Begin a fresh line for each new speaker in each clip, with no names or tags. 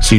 Si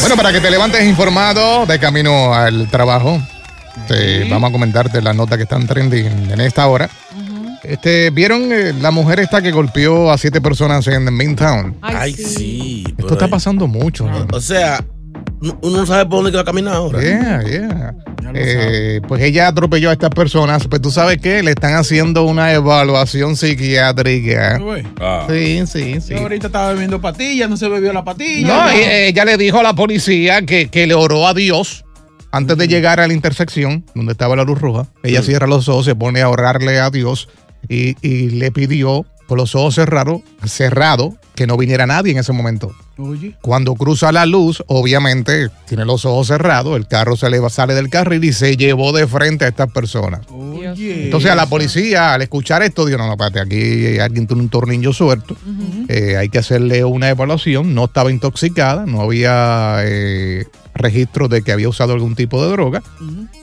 Bueno, para que te levantes informado de camino al trabajo, te vamos a comentarte las notas que están trending en esta hora. Este, ¿Vieron eh, la mujer esta que golpeó a siete personas en Midtown?
Ay, sí.
Ah, Esto está pasando mucho. ¿no?
O sea, no- uno no sabe por dónde que va a caminar ahora.
Yeah, yeah. Eh, pues ella atropelló a estas personas. Pues tú sabes qué, le están haciendo una evaluación psiquiátrica.
Ah.
Sí, sí, sí.
Yo ahorita estaba bebiendo patillas, no se bebió la patilla.
No, y, eh, ella le dijo a la policía que, que le oró a Dios antes de llegar a la intersección donde estaba la luz roja. Ella cierra los ojos, se pone a orarle a Dios y, y le pidió con los ojos cerrados, cerrado, que no viniera nadie en ese momento.
Oye,
Cuando cruza la luz, obviamente tiene los ojos cerrados, el carro se le va- sale del carril y se llevó de frente a estas personas.
oye.
Entonces a la policía, al escuchar esto, dijo, no, no, espérate, aquí alguien tiene un tornillo suelto, Eh, hay que hacerle una evaluación, no estaba intoxicada, no había eh, registro de que había usado algún tipo de droga,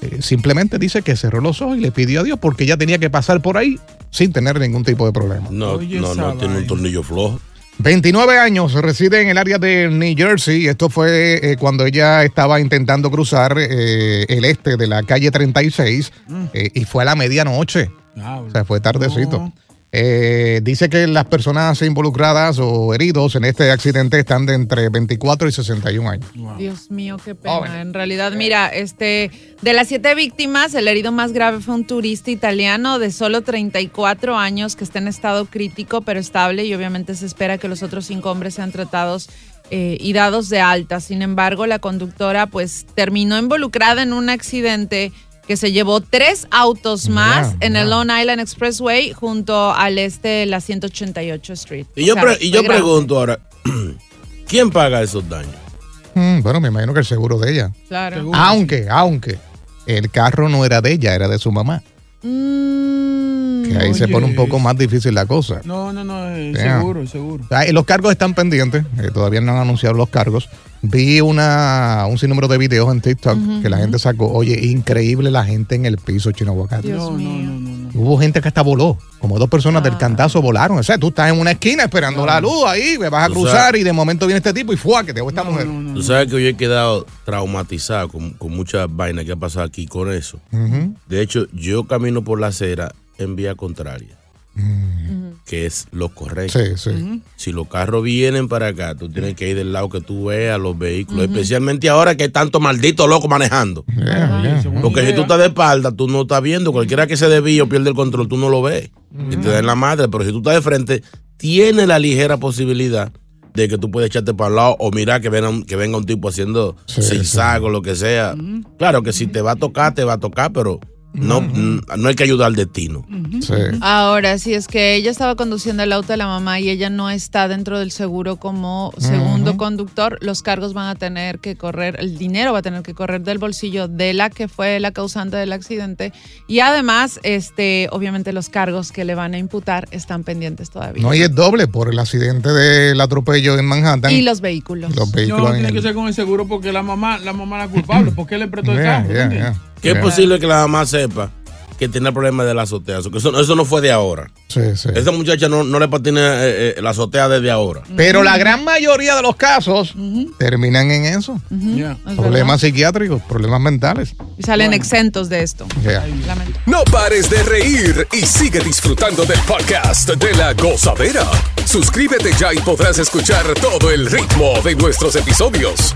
Eh, simplemente dice que cerró los ojos y le pidió a Dios porque ella tenía que pasar por ahí sin tener ningún tipo de problema.
No,
Oye,
no, no,
esa
tiene un
vaina.
tornillo flojo.
29 años, reside en el área de New Jersey. Esto fue eh, cuando ella estaba intentando cruzar eh, el este de la calle 36 eh, y fue a la medianoche. O sea, fue tardecito.
No.
Eh, dice que las personas involucradas o heridos en este accidente están de entre 24 y 61 años.
Dios mío, qué pena.
Joven.
En realidad, mira, este, de las siete víctimas, el herido más grave fue un turista italiano de solo 34 años que está en estado crítico pero estable y obviamente se espera que los otros cinco hombres sean tratados eh, y dados de alta. Sin embargo, la conductora pues terminó involucrada en un accidente que se llevó tres autos
Ya,
más en
ya.
el Long Island Expressway junto al este de la 188 Street.
Y yo,
O sea,
pre- y yo
fue grave.
pregunto ahora, ¿quién paga esos daños?
Mm, bueno, me imagino que el seguro de ella.
Claro.
Seguro.
Aunque, aunque, el carro no era de ella, era de su mamá.
Mm,
Que ahí se
Oye.
pone un poco más difícil la cosa.
No, no, no, eh,
Damn.
seguro, seguro.
Ah, y Los cargos están pendientes, eh, todavía no han anunciado los cargos. Vi una, un sinnúmero de videos en TikTok que la gente sacó. Oye, increíble la gente en el piso, Chino Aguacate.
Dios
No, no,
mío.
no, no, no.
Hubo gente que hasta voló, como dos personas
Ah.
del cantazo volaron. O sea, tú estás en una esquina esperando la luz ahí, me vas a
Tú
cruzar
sabes.
y de momento viene este tipo y ¡fua! que te voy esta mujer.
No, no, no.
Tú sabes que yo he quedado traumatizado con, con muchas vainas que ha pasado aquí con eso.
Ujú.
De hecho, yo camino por la acera en vía contraria, que es lo correcto.
Sí, sí.
Si los carros vienen para acá, tú tienes que ir del lado que tú veas los vehículos, especialmente ahora que hay tanto maldito loco manejando.
Yeah, yeah.
Según
Porque si
idea.
tú estás de espalda, tú no estás viendo. Cualquiera que se desvíe o pierde el control, tú no lo ves. Y te dan la madre. Pero si tú estás de frente, tiene la ligera posibilidad de que tú puedes echarte para el lado o mirar que venga un, que venga un tipo haciendo
Sí,
zigzag o lo que sea. Claro que si te va a tocar, te va a tocar, pero No, mm, no hay que ayudar al destino.
Ahora, si es que ella estaba conduciendo el auto de la mamá y ella no está dentro del seguro como segundo conductor, los cargos van a tener que correr, el dinero va a tener que correr del bolsillo de la que fue la causante del accidente y además, este, obviamente los cargos que le van a imputar están pendientes todavía.
No, y es doble por el accidente del atropello en Manhattan.
y los vehículos.
Los
No,
vehículos en
tiene
el-
que ser con el seguro porque la mamá, la mamá era culpable. ¿Por qué le prestó el carro?
Yeah, yeah,
Que es posible que la mamá sepa que tenía problemas de la azotea. Eso, que eso, eso no fue de ahora.
Sí, sí.
Esa muchacha no, no le patina eh, eh, la azotea desde ahora.
Pero
Mm.
la gran mayoría de los casos terminan en eso. Problemas psiquiátricos, problemas mentales.
Y salen exentos de esto.
Yeah.
No pares de reír y sigue disfrutando del podcast de la gozadera. Suscríbete ya y podrás escuchar todo el ritmo de nuestros episodios.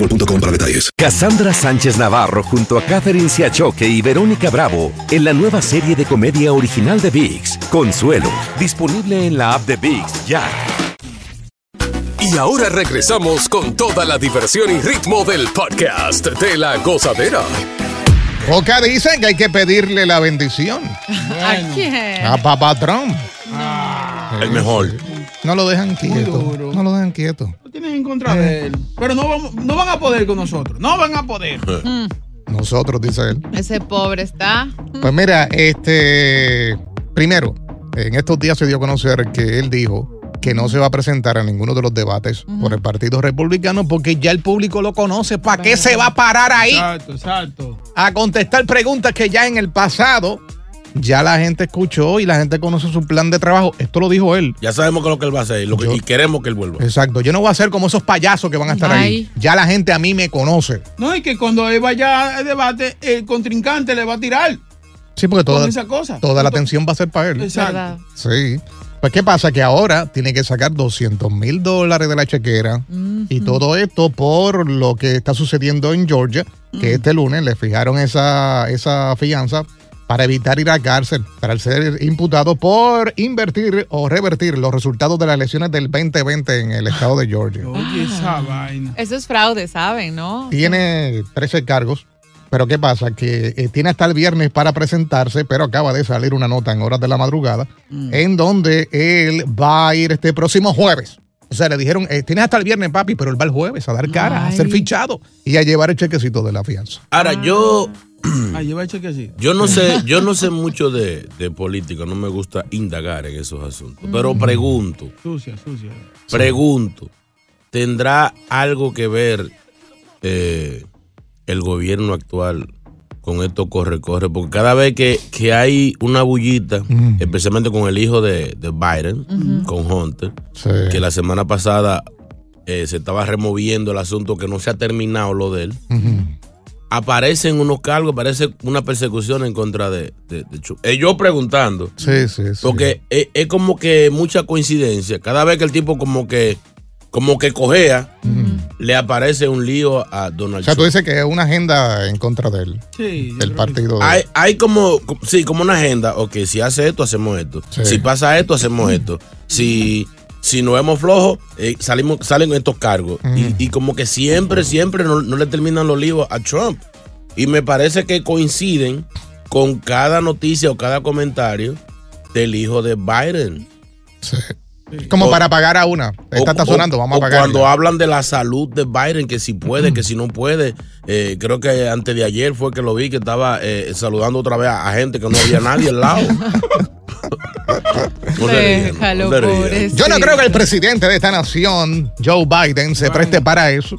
para detalles.
Cassandra Sánchez Navarro junto a Catherine Siachoque y Verónica Bravo en la nueva serie de comedia original de VIX, Consuelo, disponible en la app de VIX ya.
Y ahora regresamos con toda la diversión y ritmo del podcast de la gozadera.
Oca dicen que hay que pedirle la bendición
¿A
Eh.
quién?
a Papá Trump.
Ah.
Eh,
El mejor.
No lo dejan quieto. No lo dejan quieto. Eh.
Tienes en contra de él. Pero no, vamos- no van a poder con nosotros. No van a poder.
Eh.
Mm,
Nosotros, dice él.
ese pobre está.
Pues mira, este. Primero, en estos días se dio a conocer que él dijo que no se va a presentar a ninguno de los debates por el Partido Republicano porque ya el público lo conoce. ¿Para qué se va a parar ahí?
Exacto, exacto.
a contestar preguntas que ya en el pasado ya la gente escuchó y la gente conoce su plan de trabajo. Esto lo dijo él.
Ya sabemos que es lo que él va a hacer lo que- y queremos que él vuelva.
Exacto. Yo no voy a ser como esos payasos que van a estar ahí. Ya la gente a mí me conoce.
No, y que cuando él vaya al debate, el contrincante le va a tirar
Sí, porque toda,
con esa cosa.
toda la atención va a ser para él.
Exacto.
Sí. Pues, ¿qué pasa? Que ahora tiene que sacar 200 mil dólares de la chequera y todo esto por lo que está sucediendo en Georgia, que este lunes le fijaron esa, esa fianza para evitar ir a cárcel, para ser imputado por invertir o revertir los resultados de las elecciones del 2020 en el estado de Georgia.
Oye, esa vaina.
Eso es fraude, ¿saben, no?
Tiene 13 cargos, pero ¿qué pasa? Que eh, tiene hasta el viernes para presentarse, pero acaba de salir una nota en horas de la madrugada
Mm.
en donde él va a ir este próximo jueves. O sea, le dijeron, eh, tienes hasta el viernes, papi, pero él va el jueves a dar cara, a ser fichado y a llevar el chequecito de la fianza.
Ahora, yo,
Ah, lleva el chequecito.
yo no sé, yo no sé mucho de, de política, no me gusta indagar en esos asuntos. Pero pregunto,
Mm. Sucia, sucia.
pregunto, ¿tendrá algo que ver eh, el gobierno actual con esto corre, corre? Porque cada vez que, que hay una bullita, especialmente con el hijo de, de Biden, con Hunter, que la semana pasada eh, se estaba removiendo el asunto que no se ha terminado lo de él. Aparecen unos cargos, aparece una persecución en contra de, de, de Chu- Eh, yo preguntando,
Sí, sí, sí.
porque es, es como que mucha coincidencia. Cada vez que el tipo como que como que cojea, le aparece un lío a
O
Donald
sea, tú
Trump.
dices que es una agenda en contra de él,
Sí.
del partido de
Hay, hay como, sí, como una agenda. Ok, si hace esto, hacemos esto. Si pasa esto, hacemos esto. Si, si nos vemos flojos, eh, salimos, salen estos cargos. Y, y como que siempre, siempre no, no le terminan los libros a Trump. Y me parece que coinciden con cada noticia o cada comentario del hijo de Biden.
Es Como para pagar a una. Esta está
O-
sonando, vamos
o
a pagar.
Cuando hablan de la salud de Biden, que si puede,
Mm.
que si no puede, eh, creo que antes de ayer fue que lo vi que estaba eh, saludando otra vez a, a gente que no había nadie al lado. No se rían,
Déjalo,
no se rían.
Yo no creo que el presidente de esta nación, Joe Biden, se preste para eso.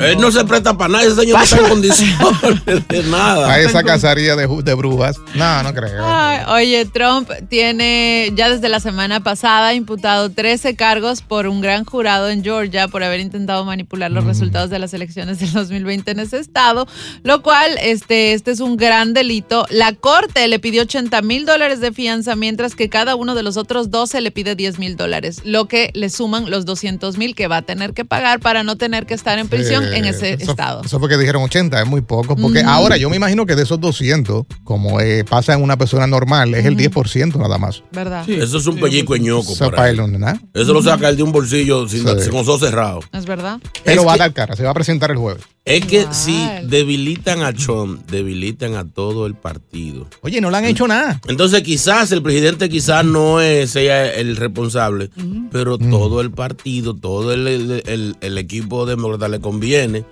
Él no se presta para nada, ese señor no está en condiciones de
Ah,
nada.
A esa cacería de, ju- de brujas. No, no creo.
Ay, oye, Trump tiene ya desde la semana pasada imputado 13 cargos por un gran jurado en Georgia por haber intentado manipular los resultados de las elecciones del 2020 en ese estado, lo cual este, este es un gran delito. La corte le pidió 80 mil dólares de fianza, mientras que cada uno de los otros 12 le pide 10 mil dólares, lo que le suman los 200 mil que va a tener que pagar para no tener que estar en prisión
Eh,
en ese
eso-
estado.
Eso fue que dijeron 80, es muy poco. Porque
Ujú.
ahora yo me imagino que de esos 200, como eh, pasa en una persona normal, es el 10% nada más.
¿Verdad?
Eso es un pellico de ñoco.
Eso
para
para
él.
él, ¿no?
Eso lo saca él de un bolsillo sin,
Sí.
con ojos cerrados.
¿Es verdad?
Pero va a dar cara, se va a presentar el jueves.
Es que si debilitan a Trump, debilitan a todo el partido.
Oye, no le han hecho nada.
Entonces quizás el presidente quizás no es, sea el responsable, pero todo el partido, todo el, el- el- el equipo demócrata le conviene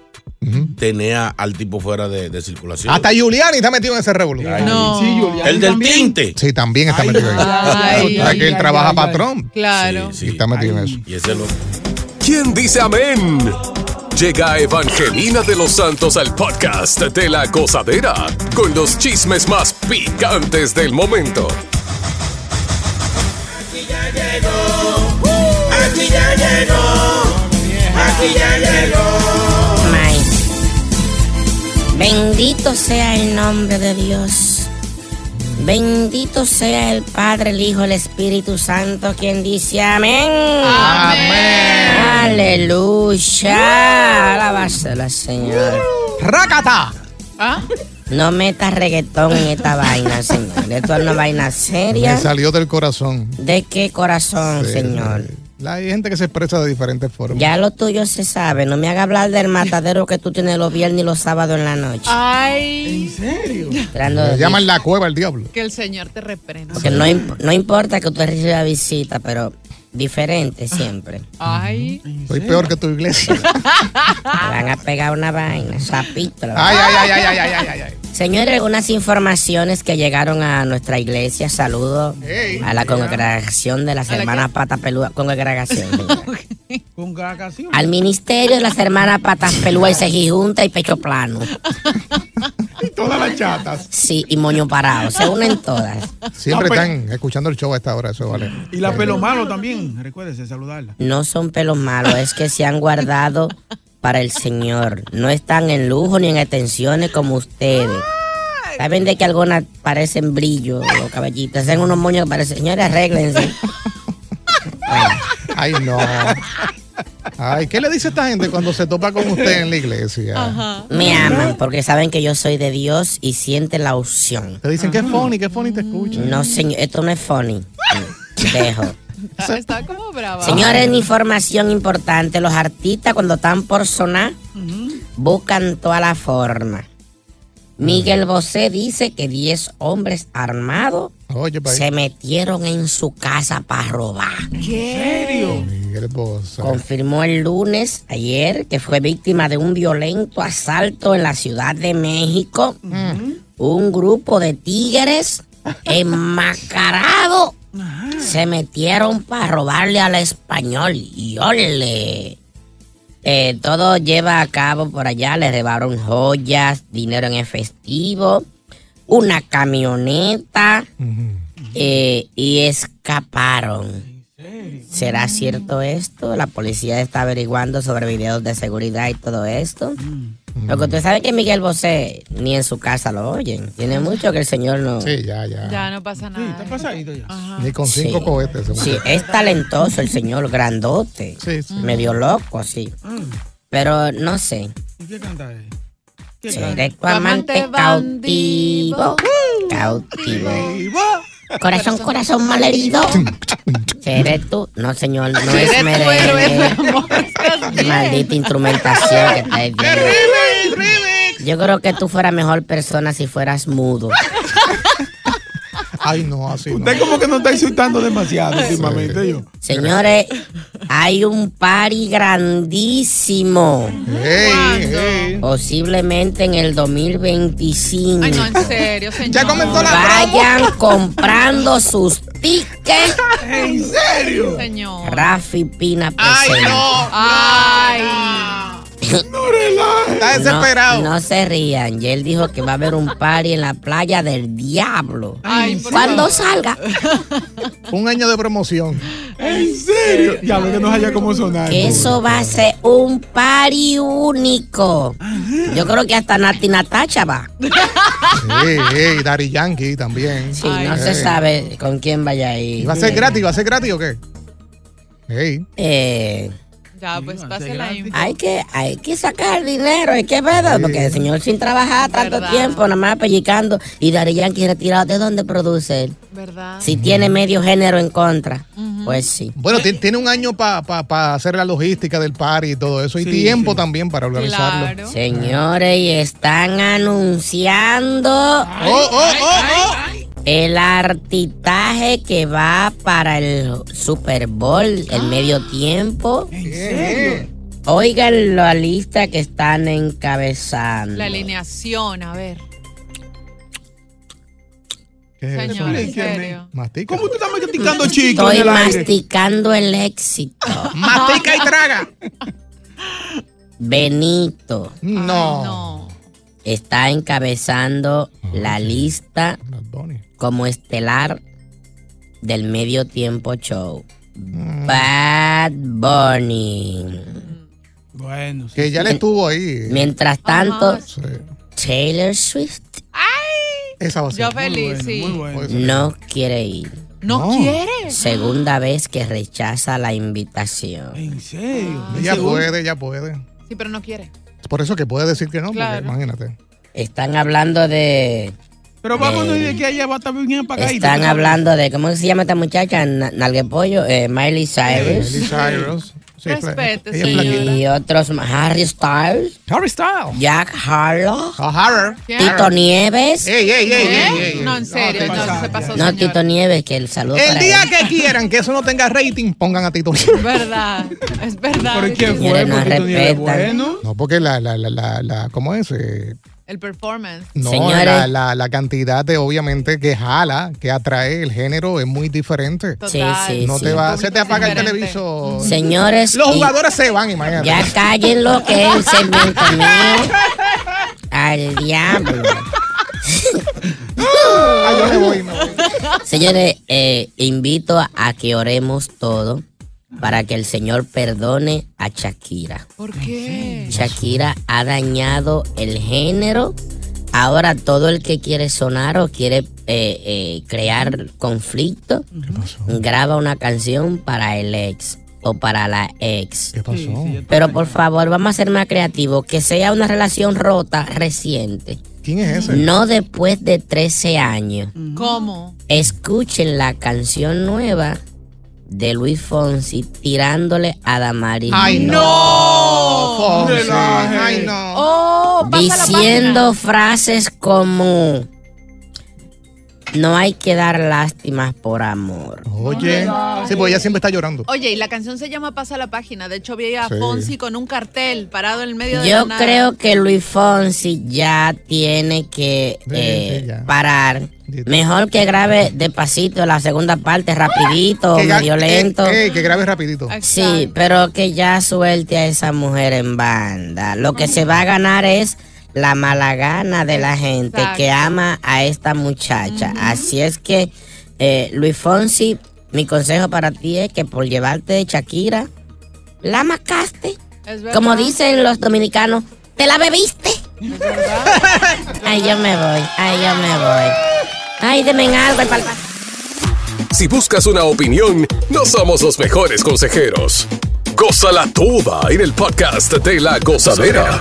tener a- al tipo fuera de, de circulación.
Hasta Giuliani está metido en ese revolución.
No. Sí, Giuliani
el del tinte.
Sí, también está metido en
Ay,
eso. O sea, que él
ay,
trabaja
ay,
para
ay.
Trump.
Claro.
Y está metido en eso.
Y ese loco.
¿Quién dice amén? Llega Evangelina de los Santos al podcast de la gozadera con los chismes más picantes del momento.
Aquí ya llegó. Aquí ya llegó.
Bendito sea el nombre de Dios. Bendito sea el Padre, el Hijo, el Espíritu Santo, quien dice amén. Amén. Aleluya. Alabase la Señor.
¡Rácata!
Ah,
No metas reggaetón en esta vaina, Señor. Esto es una vaina seria.
Me salió del corazón.
¿De qué corazón,
Sí.
Señor?
La- Hay gente que se expresa de diferentes formas.
Ya lo tuyo se sabe. No me hagas hablar del matadero que tú tienes los viernes y los sábados en la noche.
Ah.
Ay.
¿En serio?
Entrando
Le
de-
llaman la cueva al diablo.
Que el Señor te reprenda.
Porque no, imp- no importa que usted reciba visita, pero
Ah.
diferente siempre.
Ay.
Soy peor que tu iglesia. Ah.
Te van a pegar una vaina, sapito. la
Ay,
vaina.
ay, ay, ay, ay, ay, ay, ay.
Señores, algunas informaciones que llegaron a nuestra iglesia. Saludo
Ey.
a la congregación de las hermanas Patas Pelúa. Congregación.
Con vacaciones.
Al ministerio de las hermanas Patas Pelúa y Cejijunta y Pecho Plano.
Todas las chatas.
Sí, y Moño Parado. Se unen todas.
Siempre
La pe-
están escuchando el show a esta hora, eso vale.
Y la pelo malo también, recuérdese saludarla.
No son pelos malos, es que se han guardado para el Señor. No están en lujo ni en extensiones como ustedes. Saben de que algunas parecen brillo o caballitas. Hacen unos moños que parecen. Señores, arréglense.
Ay, no. Ay, ¿qué le dice esta gente cuando se topa con usted en la iglesia?
Me aman porque saben que yo soy de Dios y sienten la opción.
Te dicen que es funny, que es funny te escucha.
No, señor, esto no es funny. Dejo.
Está como brava.
Señores, en información importante. Los artistas cuando están por sonar buscan toda la forma. Miguel Bosé dice que 10 hombres armados
Oye, pa' ahí.
se metieron en su casa para robar.
serio? Miguel Bosa.
Confirmó el lunes, ayer, que fue víctima de un violento asalto en la Ciudad de México. Un grupo de tigres enmascarados se metieron para robarle al español. Y ole. Eh, todo lleva a cabo por allá. Le robaron joyas, dinero en efectivo, una camioneta eh, y escaparon. ¿Será cierto esto? La policía está averiguando sobre videos de seguridad y todo esto. Lo que usted sabe que Miguel Bosé ni en su casa lo oyen. Tiene mucho que el señor no.
Sí, ya, ya.
Ya no pasa nada.
Está pasadito ya.
Ni con cinco
Sí.
cohetes. se
Sí,
muere.
es talentoso el señor, grandote. Medio loco, sí. Pero no sé.
¿Y qué canta él? ¿Qué
Seré tu amante cautivo. Cautivo. Corazón, corazón malherido. Seré tú. No, señor, no es merengue. Maldita instrumentación que traes. Yo creo que tú fueras mejor persona si fueras mudo.
Ay, no, así no.
Usted como que no está insultando demasiado últimamente yo.
Señores, hay un party grandísimo. Posiblemente en el 2025.
Ay, no, en serio, señor. Ya
comenzó
Vayan comprando sus tickets.
¿En serio?
Señor.
Rafi Pina
Ay,
presenta.
no. Ay.
Está desesperado.
No, no se rían. Y él dijo que va a haber un party en la playa del diablo. Cuando
favor.
salga.
Un año de promoción.
¿En serio? Diablo, que no haya cómo sonar.
Que eso va a ser un party único. Yo creo que hasta Nati Natacha va.
Sí, sí, Daddy Yankee también.
Sí, no se sabe con quién vaya a ir.
¿Y va a ser gratis? ¿Va a ser gratis o qué? Hey.
Eh,
Ya, pues pásela ahí.
hay que, hay que sacar dinero, hay que ver, porque el señor sin trabajar tanto tiempo, nada más pellicando, y Dari Yankee retirado, ¿de dónde produce él? ¿Verdad? Si tiene medio género en contra, pues sí.
Bueno, ti- tiene un año para hacer la logística del party y todo eso, y tiempo también para organizarlo.
Señores, y están anunciando
Oh,
el artitaje que va para el Super Bowl, el medio tiempo. Oigan la lista que están encabezando.
La alineación, a ver.
¿Qué es eso?
Señor, en serio.
Mastica. ¿Cómo
tú estás masticando chicle en
Estoy
el aire?
masticando el éxito.
Mastica y traga.
Benito.
No.
Está encabezando la lista como estelar del medio tiempo show. Bad Bunny.
Bueno.
Que ya le estuvo ahí.
Mientras tanto,
Ajá.
Taylor Swift
Esa va a ser.
Yo feliz, sí.
Pues
no quiere ir.
¿No, quiere?
Segunda vez que rechaza la invitación. ¿En serio?
Ella puede, ella puede.
Sí, pero no quiere.
Es por eso que puede decir que no, porque
Claro.
imagínate.
Están hablando de.
Pero vámonos y de que ella va a estar bien apagada.
Están hablando de. ¿Cómo se llama esta muchacha? Na- Nalguepollo. Eh, Miley Cyrus.
Miley Cyrus. Sí,
Respete,
Y- Y otros más. Harry Styles.
Harry Styles.
Jack Harlow.
¿Quién?
Tito Nieves.
Oh, Ey, ey, ey,
¿Eh?
ey, ey, ey.
No, en serio, no, se pasó.
No, Tito Nieves, que el saludo
El
para
día
él.
que quieran que eso no tenga rating, pongan a Tito Nieves.
verdad, es verdad.
Señores, no respetan.
No, porque la, la, la, la, la- ¿cómo es? Eh,
El performance.
No,
Señores.
la, la, la cantidad de, obviamente, que jala, que atrae el género es muy diferente.
Sí, sí,
No
sí.
te va, se te apaga el televisor.
Señores,
Los
y-
jugadores se van, imagínate.
Ya callen lo que es el segmento mío. Al diablo.
Ah, yo me voy, me voy.
Señores, eh, invito a que oremos todo para que el Señor perdone a Shakira.
¿Por qué?
Shakira ha dañado el género. Ahora todo el que quiere sonar o quiere eh, eh, crear conflicto graba una canción para el ex o para la ex.
¿Qué pasó?
Pero por favor, vamos a ser más creativos. Que sea una relación rota reciente.
¿Quién es ese?
No después de 13 años.
¿Cómo?
Escuchen la canción nueva de Luis Fonsi tirándole a Damaris.
¡Ay, no! Fonsi.
Relaje.
¡Ay, no!
Oh, pasa la
diciendo frases como no hay que dar lástimas por amor.
Oye, sí, pues ella siempre está llorando.
Oye, y la canción se llama Pasa la página. De hecho, vi a
Sí.
Fonsi con un cartel parado en el medio de la
Yo
nada.
creo que Luis Fonsi ya tiene que eh, parar. Mejor que grabe despacito la segunda parte, rapidito,
Que ga-
medio
eh,
lento.
eh, que grabe rapidito.
Sí, pero que ya suelte a esa mujer en banda. Lo que se va a ganar es la mala gana de la gente que ama a esta muchacha. Así es que, eh, Luis Fonsi, mi consejo para ti es que por llevarte de Shakira, la macaste.
Es verdad.
Como dicen los dominicanos, te la bebiste. Ay, yo me voy, ay, yo me voy. Ay, denme algo, el palpa-
Si buscas una opinión, no somos los mejores consejeros. Cosa la tuba en el podcast de la gozadera.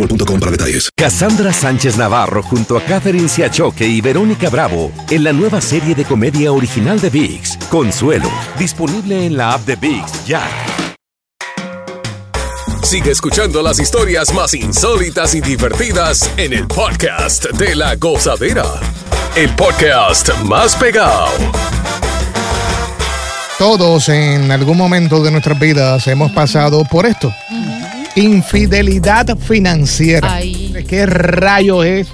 Boostmobile.com para detalles.
Cassandra Sánchez Navarro junto a Catherine Siachoque y Verónica Bravo en la nueva serie de comedia original de VIX, Consuelo, disponible en la app de VIX ya.
Sigue escuchando las historias más insólitas y divertidas en el podcast de la gozadera. El podcast más pegado.
Todos en algún momento de nuestras vidas hemos pasado por esto. Infidelidad financiera.
Ay.
¿De ¿Qué rayo es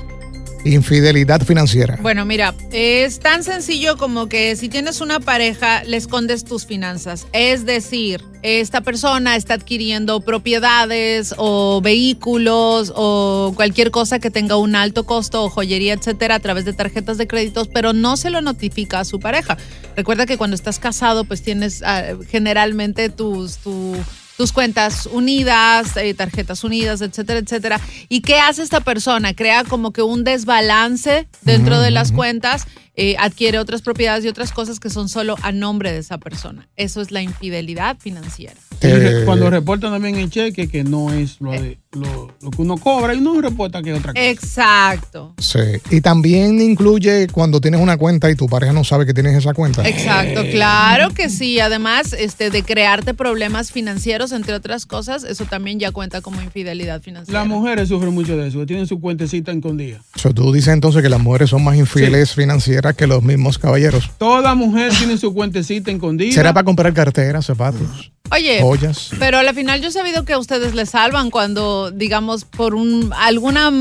infidelidad financiera?
Bueno, mira, es tan sencillo como que si tienes una pareja, le escondes tus finanzas. Es decir, esta persona está adquiriendo propiedades o vehículos o cualquier cosa que tenga un alto costo o joyería, etcétera, a través de tarjetas de créditos, pero no se lo notifica a su pareja. Recuerda que cuando estás casado, pues tienes ah, generalmente tus, tu- tus cuentas unidas, eh, tarjetas unidas, etcétera, etcétera. ¿Y qué hace esta persona? Crea como que un desbalance dentro de las cuentas, eh, adquiere otras propiedades y otras cosas que son solo a nombre de esa persona. Eso es la infidelidad financiera.
Y re-
Eh,
Cuando reportan también en cheque que no es lo, de- lo, lo que uno cobra y uno reporta que es
Eh.
otra cosa.
Exacto.
Sí. Y también incluye cuando tienes una cuenta y tu pareja no sabe que tienes esa cuenta.
Exacto, claro que sí. Además, este, de crearte problemas financieros, entre otras cosas, eso también ya cuenta como infidelidad financiera.
Las mujeres sufren mucho de eso, que tienen su cuentecita escondida.
O sea, tú dices entonces que las mujeres son más infieles financieras que los mismos caballeros.
Toda mujer tiene su cuentecita escondida.
¿Será para comprar carteras, zapatos,
Eh,
Oye,
joyas?
Pero al final yo he sabido que a ustedes les salvan cuando, digamos, por un alguna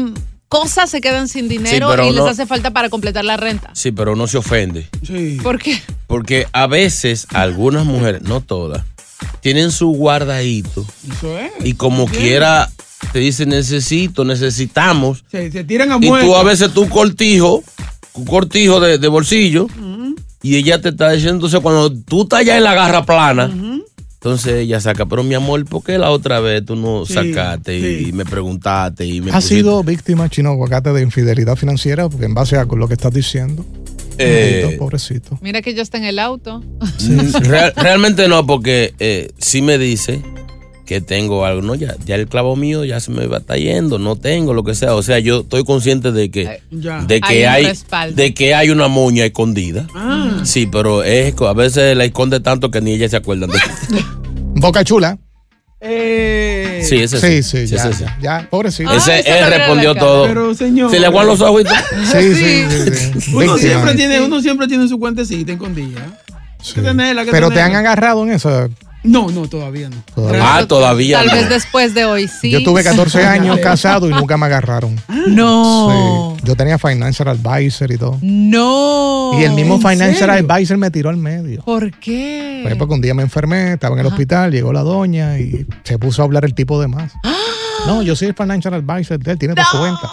cosa se quedan sin dinero
pero
y
no-
les hace falta para completar la renta.
Sí, pero uno se ofende.
¿Por qué?
Porque a veces algunas mujeres, no todas, tienen su guardadito
Eso es.
y como
Sí.
quiera te dicen necesito, necesitamos.
Se, se tiran a
Y
muerte.
tú a veces tú cortijo, un cortijo de, de bolsillo y ella te está diciendo, entonces cuando tú estás ya en la garra plana, entonces ella saca, pero mi amor, ¿por qué la otra vez tú no
Sí,
sacaste y me preguntaste y me
¿Has
pusiste?
sido víctima, Chino Aguacate, de infidelidad financiera? Porque en base a lo que estás diciendo,
Eh,
bendito, pobrecito.
Mira que yo está en el auto.
Real- realmente no, porque eh, sí me dice que tengo algo. No, ya, ya el clavo mío ya se me va está yendo, no tengo lo que sea. O sea, yo estoy consciente de que,
Ya.
de que
Hay un
hay,
respaldo.
de que hay una moña escondida.
Ah.
Sí, pero es, co- a veces la esconde tanto que ni ella se acuerdan de
Boca Chula.
Sí, ese sí.
sí, sí,
Sí,
ya,
ese sí.
ya, pobrecito.
Ese- Ay, esa él manera respondió de la cara. todo.
Pero señor.
¿Se le aguan los ojitos?
Ah,
Sí, sí, sí, sí.
Uno
Víctima.
siempre, tiene, uno siempre tiene su cuentecita escondida.
Sí.
Hay que tenerla, hay que
Pero te han
tenerla.
agarrado en esa.
No, no, todavía no.
Ah, todavía.
Tal
no.
vez después de hoy, sí. Ah,
Yo tuve 14 años casado y nunca me agarraron.
No.
Sí. Yo tenía financial advisor y todo.
No.
y el mismo
¿En
financial
serio?
advisor me tiró al medio.
¿Por qué?
Fue porque un día me enfermé, estaba en el
Ajá.
hospital, llegó la doña y se puso a hablar el tipo de más. No, yo soy el financial advisor de él, tiene por su cuenta.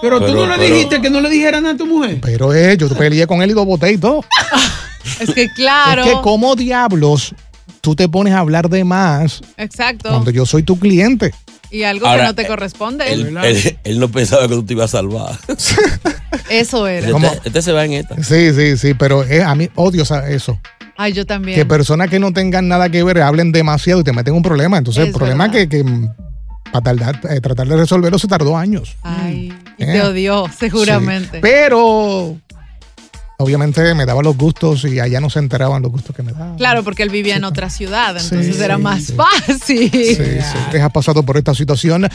Pero, tú
Pero-
no le
pero-
dijiste que no le dijeran a tu mujer.
Pero eh, yo peleé con él y lo boté y todo.
Es que claro.
Es que como diablos tú te pones a hablar de más
Exacto.
cuando yo soy tu cliente.
Y algo
Ahora, eh,
que no te corresponde.
Él, él- él no pensaba que tú te ibas a salvar.
Eso era.
Este, este se va en esta.
Sí, sí, sí, pero eh, a mí odio esa- eso.
Ay, yo también.
Que personas que no tengan nada que ver hablen demasiado y te meten un problema. Entonces, el
Es
problema es que, que mm, para tardar, eh, tratar de resolverlo se tardó años.
Ay, y
Eh.
te odió, seguramente.
Sí. Pero, obviamente, me daba los gustos y allá no se enteraban los gustos que me daban.
Claro, porque él vivía en otra ciudad, entonces
Sí,
era
sí,
más
sí.
fácil.
Sí, sí. Te has pasado por esta situación.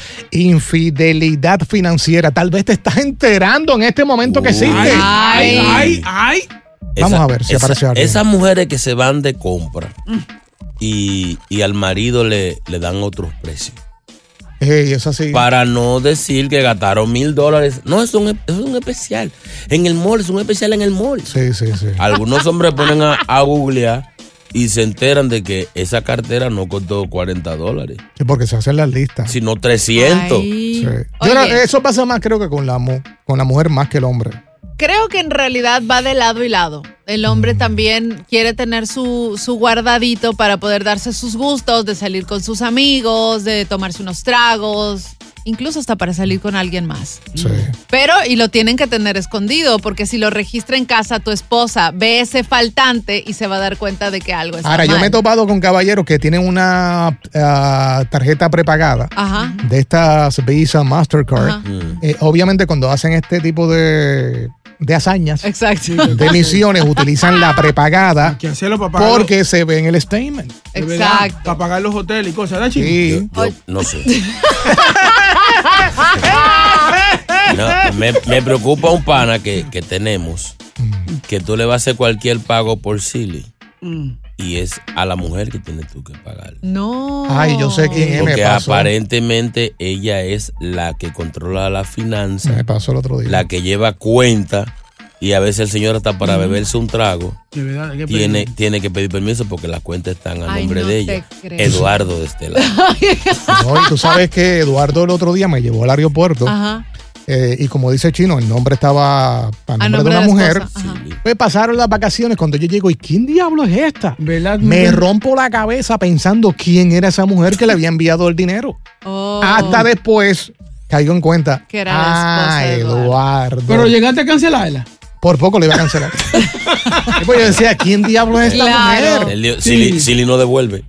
Infidelidad financiera. Tal vez te estás enterando en este momento que existe.
Ah.
Ay, ay, ay.
Vamos a ver si aparece algo.
Esas mujeres que se van de compra y, y al marido le, le dan otros precios.
Ey, es así.
Para no decir que gastaron mil dólares. No, es un, es un especial. En el mall, es un especial en el mall.
Sí, sí, sí.
Algunos hombres ponen a, a googlear y se enteran de que esa cartera no costó 40 dólares,
Sí, Porque se hacen las listas.
sino 300.
Sí. Yo creo que eso pasa más, creo que con la, mu- con la mujer más que el hombre.
Creo que en realidad va de lado y lado. El hombre también quiere tener su, su guardadito para poder darse sus gustos, de salir con sus amigos, de tomarse unos tragos, incluso hasta para salir con alguien más.
Sí.
Pero, y lo tienen que tener escondido, porque si lo registra en casa tu esposa, ve ese faltante y se va a dar cuenta de que algo está
Ahora, yo
mal.
me he topado con caballeros que tienen una ah, tarjeta prepagada
Ajá.
de estas Visa,
Ajá.
Mastercard.
Mm.
Eh, obviamente, cuando hacen este tipo de, de hazañas,
Exacto.
de misiones, utilizan la prepagada
pagar los-
porque se ve en el statement.
Exacto. Para pagar los hoteles y cosas, ¿verdad, chico?
Sí.
No sé. No, me, me preocupa un pana que, que tenemos que tú le vas a hacer cualquier pago por Silly
Mm.
y es a la mujer que tienes tú que pagar.
No.
Ay, yo sé quién es, me
Porque
pasó.
aparentemente ella es la que controla la finanza,
Me pasó el otro día.
la que lleva cuenta y a veces el señor hasta
Mm.
para beberse un trago
De verdad, hay que pedir.
tiene, tiene que pedir permiso porque las cuentas están a
Ay,
nombre
no
de
te
ella.
creo.
Eduardo de este lado.
No, y tú sabes que Eduardo el otro día me llevó al aeropuerto.
Ajá.
eh, y como dice Chino, el nombre estaba a nombre,
nombre
de
de
una
la
mujer.
esposa, ajá.
Pues pasaron las vacaciones cuando yo llego y ¿quién diablo es esta?
¿Verdad?
Me
Miguel?
rompo la cabeza pensando quién era esa mujer que le había enviado el dinero.
Oh.
Hasta después caigo en cuenta.
Oh. Que era la esposa
ah,
de Eduardo".
Eduardo.
Pero llegaste a cancelarla.
Por poco le iba a cancelar. Y pues yo decía, ¿quién diablo es esta mujer?
Él dijo, Silly- Silly no devuelve.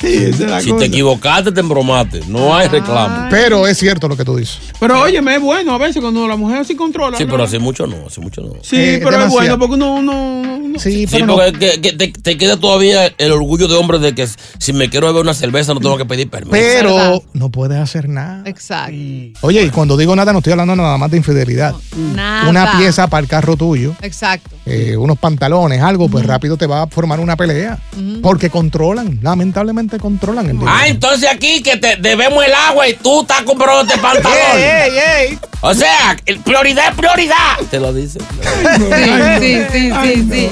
si te equivocaste, te embromaste. No
Ah.
hay reclamo.
Pero es cierto lo que tú dices.
Pero oye, es bueno a veces cuando la mujer se controla.
Sí,
¿no?
pero hace mucho no, hace mucho no.
Sí, pero es bueno porque uno, uno, uno-
Eh, Sí,
Sí, porque que- que te, te queda todavía el orgullo de hombre de que si me quiero beber una cerveza no tengo que pedir permiso.
Pero no puedes hacer nada.
Exacto.
Oye, y cuando digo nada, no estoy hablando nada más de infidelidad.
Nada.
Una pieza para el carro tuyo,
Exacto.
eh, unos pantalones, algo, pues rápido te va a formar una pelea. Porque controlan, lamentablemente controlan el dinero.
Ah, entonces aquí que te debemos el agua y tú estás comprándote pantalón.
Ey, ey, ey.
O sea, el- prioridad es prioridad. Te lo dice.
sí, sí, sí, sí.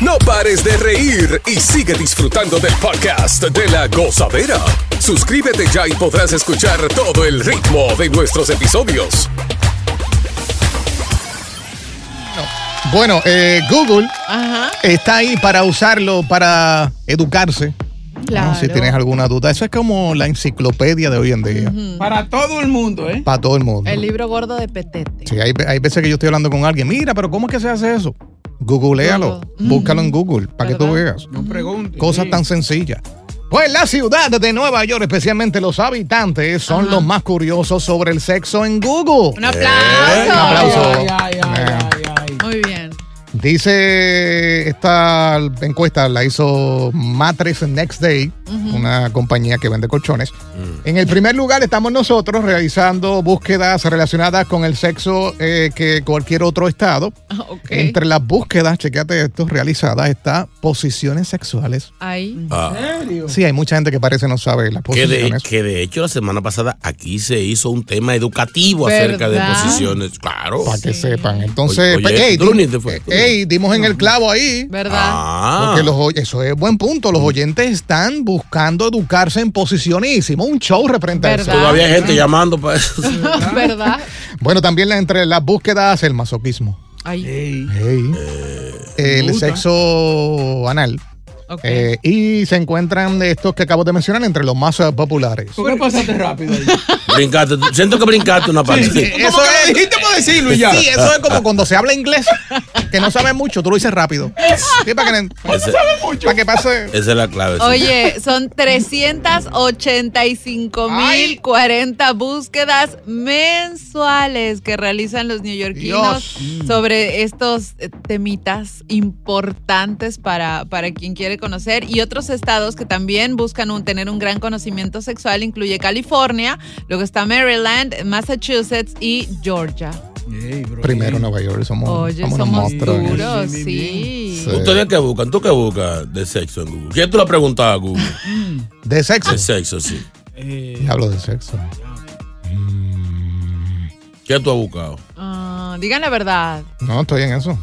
No pares de reír y sigue disfrutando del podcast de la gozadera. Suscríbete ya y podrás escuchar todo el ritmo de nuestros episodios.
Bueno, eh, Google está ahí para usarlo, para educarse. ¿no?
Claro.
Si tienes alguna duda. Eso es como la enciclopedia de hoy en día.
Mm.
Para todo el mundo, ¿eh?
Para todo el mundo.
El libro gordo de Petete.
Sí, hay, hay veces que yo estoy hablando con alguien. Mira, pero ¿cómo es que se hace eso? Googlealo. Búscalo en Google para que tú veas.
No pues, preguntes.
Cosas tan sencillas. Pues la ciudad de Nueva York, especialmente los habitantes, son los más curiosos sobre el sexo en Google. Un
aplauso.
Un aplauso.
Ay, ay, ay,
Eh.
Muy bien.
Dice esta encuesta la hizo Matrix Next Day,
Ujú.
una compañía que vende colchones.
Mm.
En el primer lugar estamos nosotros realizando búsquedas relacionadas con el sexo eh, que cualquier otro estado.
Ah, Ok.
Entre las búsquedas, chequeate esto, realizadas está posiciones sexuales.
Ahí.
Ah.
Sí, hay mucha gente que parece no sabe las
Que de,
posiciones.
que de hecho la semana pasada aquí se hizo un tema educativo acerca de
¿Verdad?
posiciones. Claro.
Para que sepan. Entonces,
Oye,
pues,
oye,
ey,
tú
di-
ni te fue.
ey, dimos en el clavo ahí.
¿Verdad?
Ah. Mm.
Porque los, oy- eso es buen punto. Los oyentes están buscando educarse en posiciones. Hicimos un show referente a eso.
Todavía hay gente llamando para eso.
¿Verdad?
Bueno, también la- entre las búsquedas, el masoquismo.
Ahí.
Ey.
Eh,
el
gusta.
sexo anal.
Ok.
Eh, y se encuentran estos que acabo de mencionar entre los más eh, populares.
¿Por qué pasaste rápido ahí?
Brincaste, tú- siento que brincaste una parte.
Eso es, dijiste
para
decirlo y ya.
Sí, eso es como cuando se habla inglés, que no sabe mucho, tú lo dices rápido. Sí, para que,
Ese-
para que pase.
Esa es la clave. sí.
Oye, son 385.040 búsquedas mensuales que realizan los neoyorquinos sobre estos eh, temitas importantes para, para quien quiere conocer. Y otros estados que también buscan un- tener un gran conocimiento sexual incluye California, luego está Maryland, Massachusetts y Georgia.
Primero Nueva York, somos,
Oye,
somos unos
somos
monstruos. en eso.
duros, sí.
¿Ustedes qué buscan? ¿Tú qué buscas de sexo en Google? ¿Quién tú lo preguntabas a Google?
¿De sexo?
De sexo, Ah, sí.
Hablo de sexo.
¿Qué tú has buscado?
Ah, digan la verdad.
No, estoy en eso.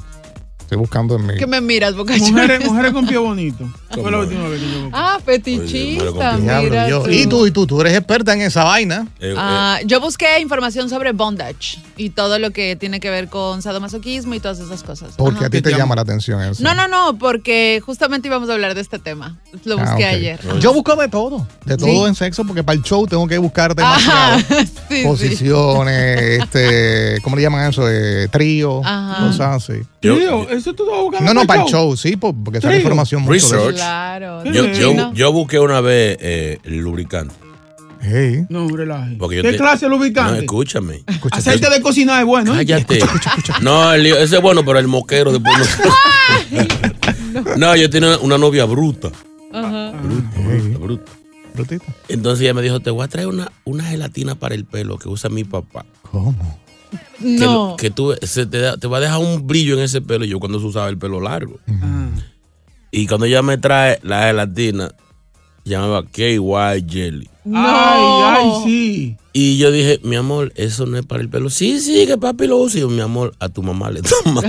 Estoy buscando en mí.
Que me miras, Boca
Mujeres,
Chula?
mujeres con pie bonito. Fue la última vez que yo
Ah, fetichista.
Ya hablo
mira
yo.
tú.
Y tú, y tú, tú eres experta en esa vaina.
Ah, yo busqué información sobre bondage y todo lo que tiene que ver con sadomasoquismo y todas esas cosas.
porque
Ajá.
a ti te llama la atención eso.
No, no, no, porque justamente íbamos a hablar de este tema. Lo
Ah,
busqué
ok.
ayer.
Yo busco de todo, de todo en sexo, porque para el show tengo que buscar demasiado.
sí.
Posiciones, este, ¿cómo le llaman eso? Eh, trío,
Ajá.
cosas así.
Tío, eso tú vas a buscar
No, no,
en
para el show, sí, po- porque sale
Trío.
información mucho de eso.
Research.
Claro.
Yo,
Sí,
yo-
no.
yo busqué una vez eh, el lubricante.
No, relaje.
Porque yo
¿Qué
te-
clase de
No,
lubricante?
escúchame.
Aceite de cocina es bueno. ¿eh?
Cállate. No, el lío- ese es bueno, pero el moquero después no. No, yo tenía una novia bruta.
Ajá.
Bruta, bruta, bruta. Entonces ella me dijo, te voy a traer una, una gelatina para el pelo que usa mi papá.
¿Cómo?
Que,
No.
lo- que tú se te, da- te va a dejar un brillo en ese pelo. Yo cuando se usaba el pelo largo.
Ah.
Y cuando ella me trae la gelatina, llamaba KY Jelly.
Ay, ay, sí.
Y yo dije, mi amor, eso no es para el pelo. Sí, sí, que papi lo use. Y yo, mi amor, a tu mamá le están, ma-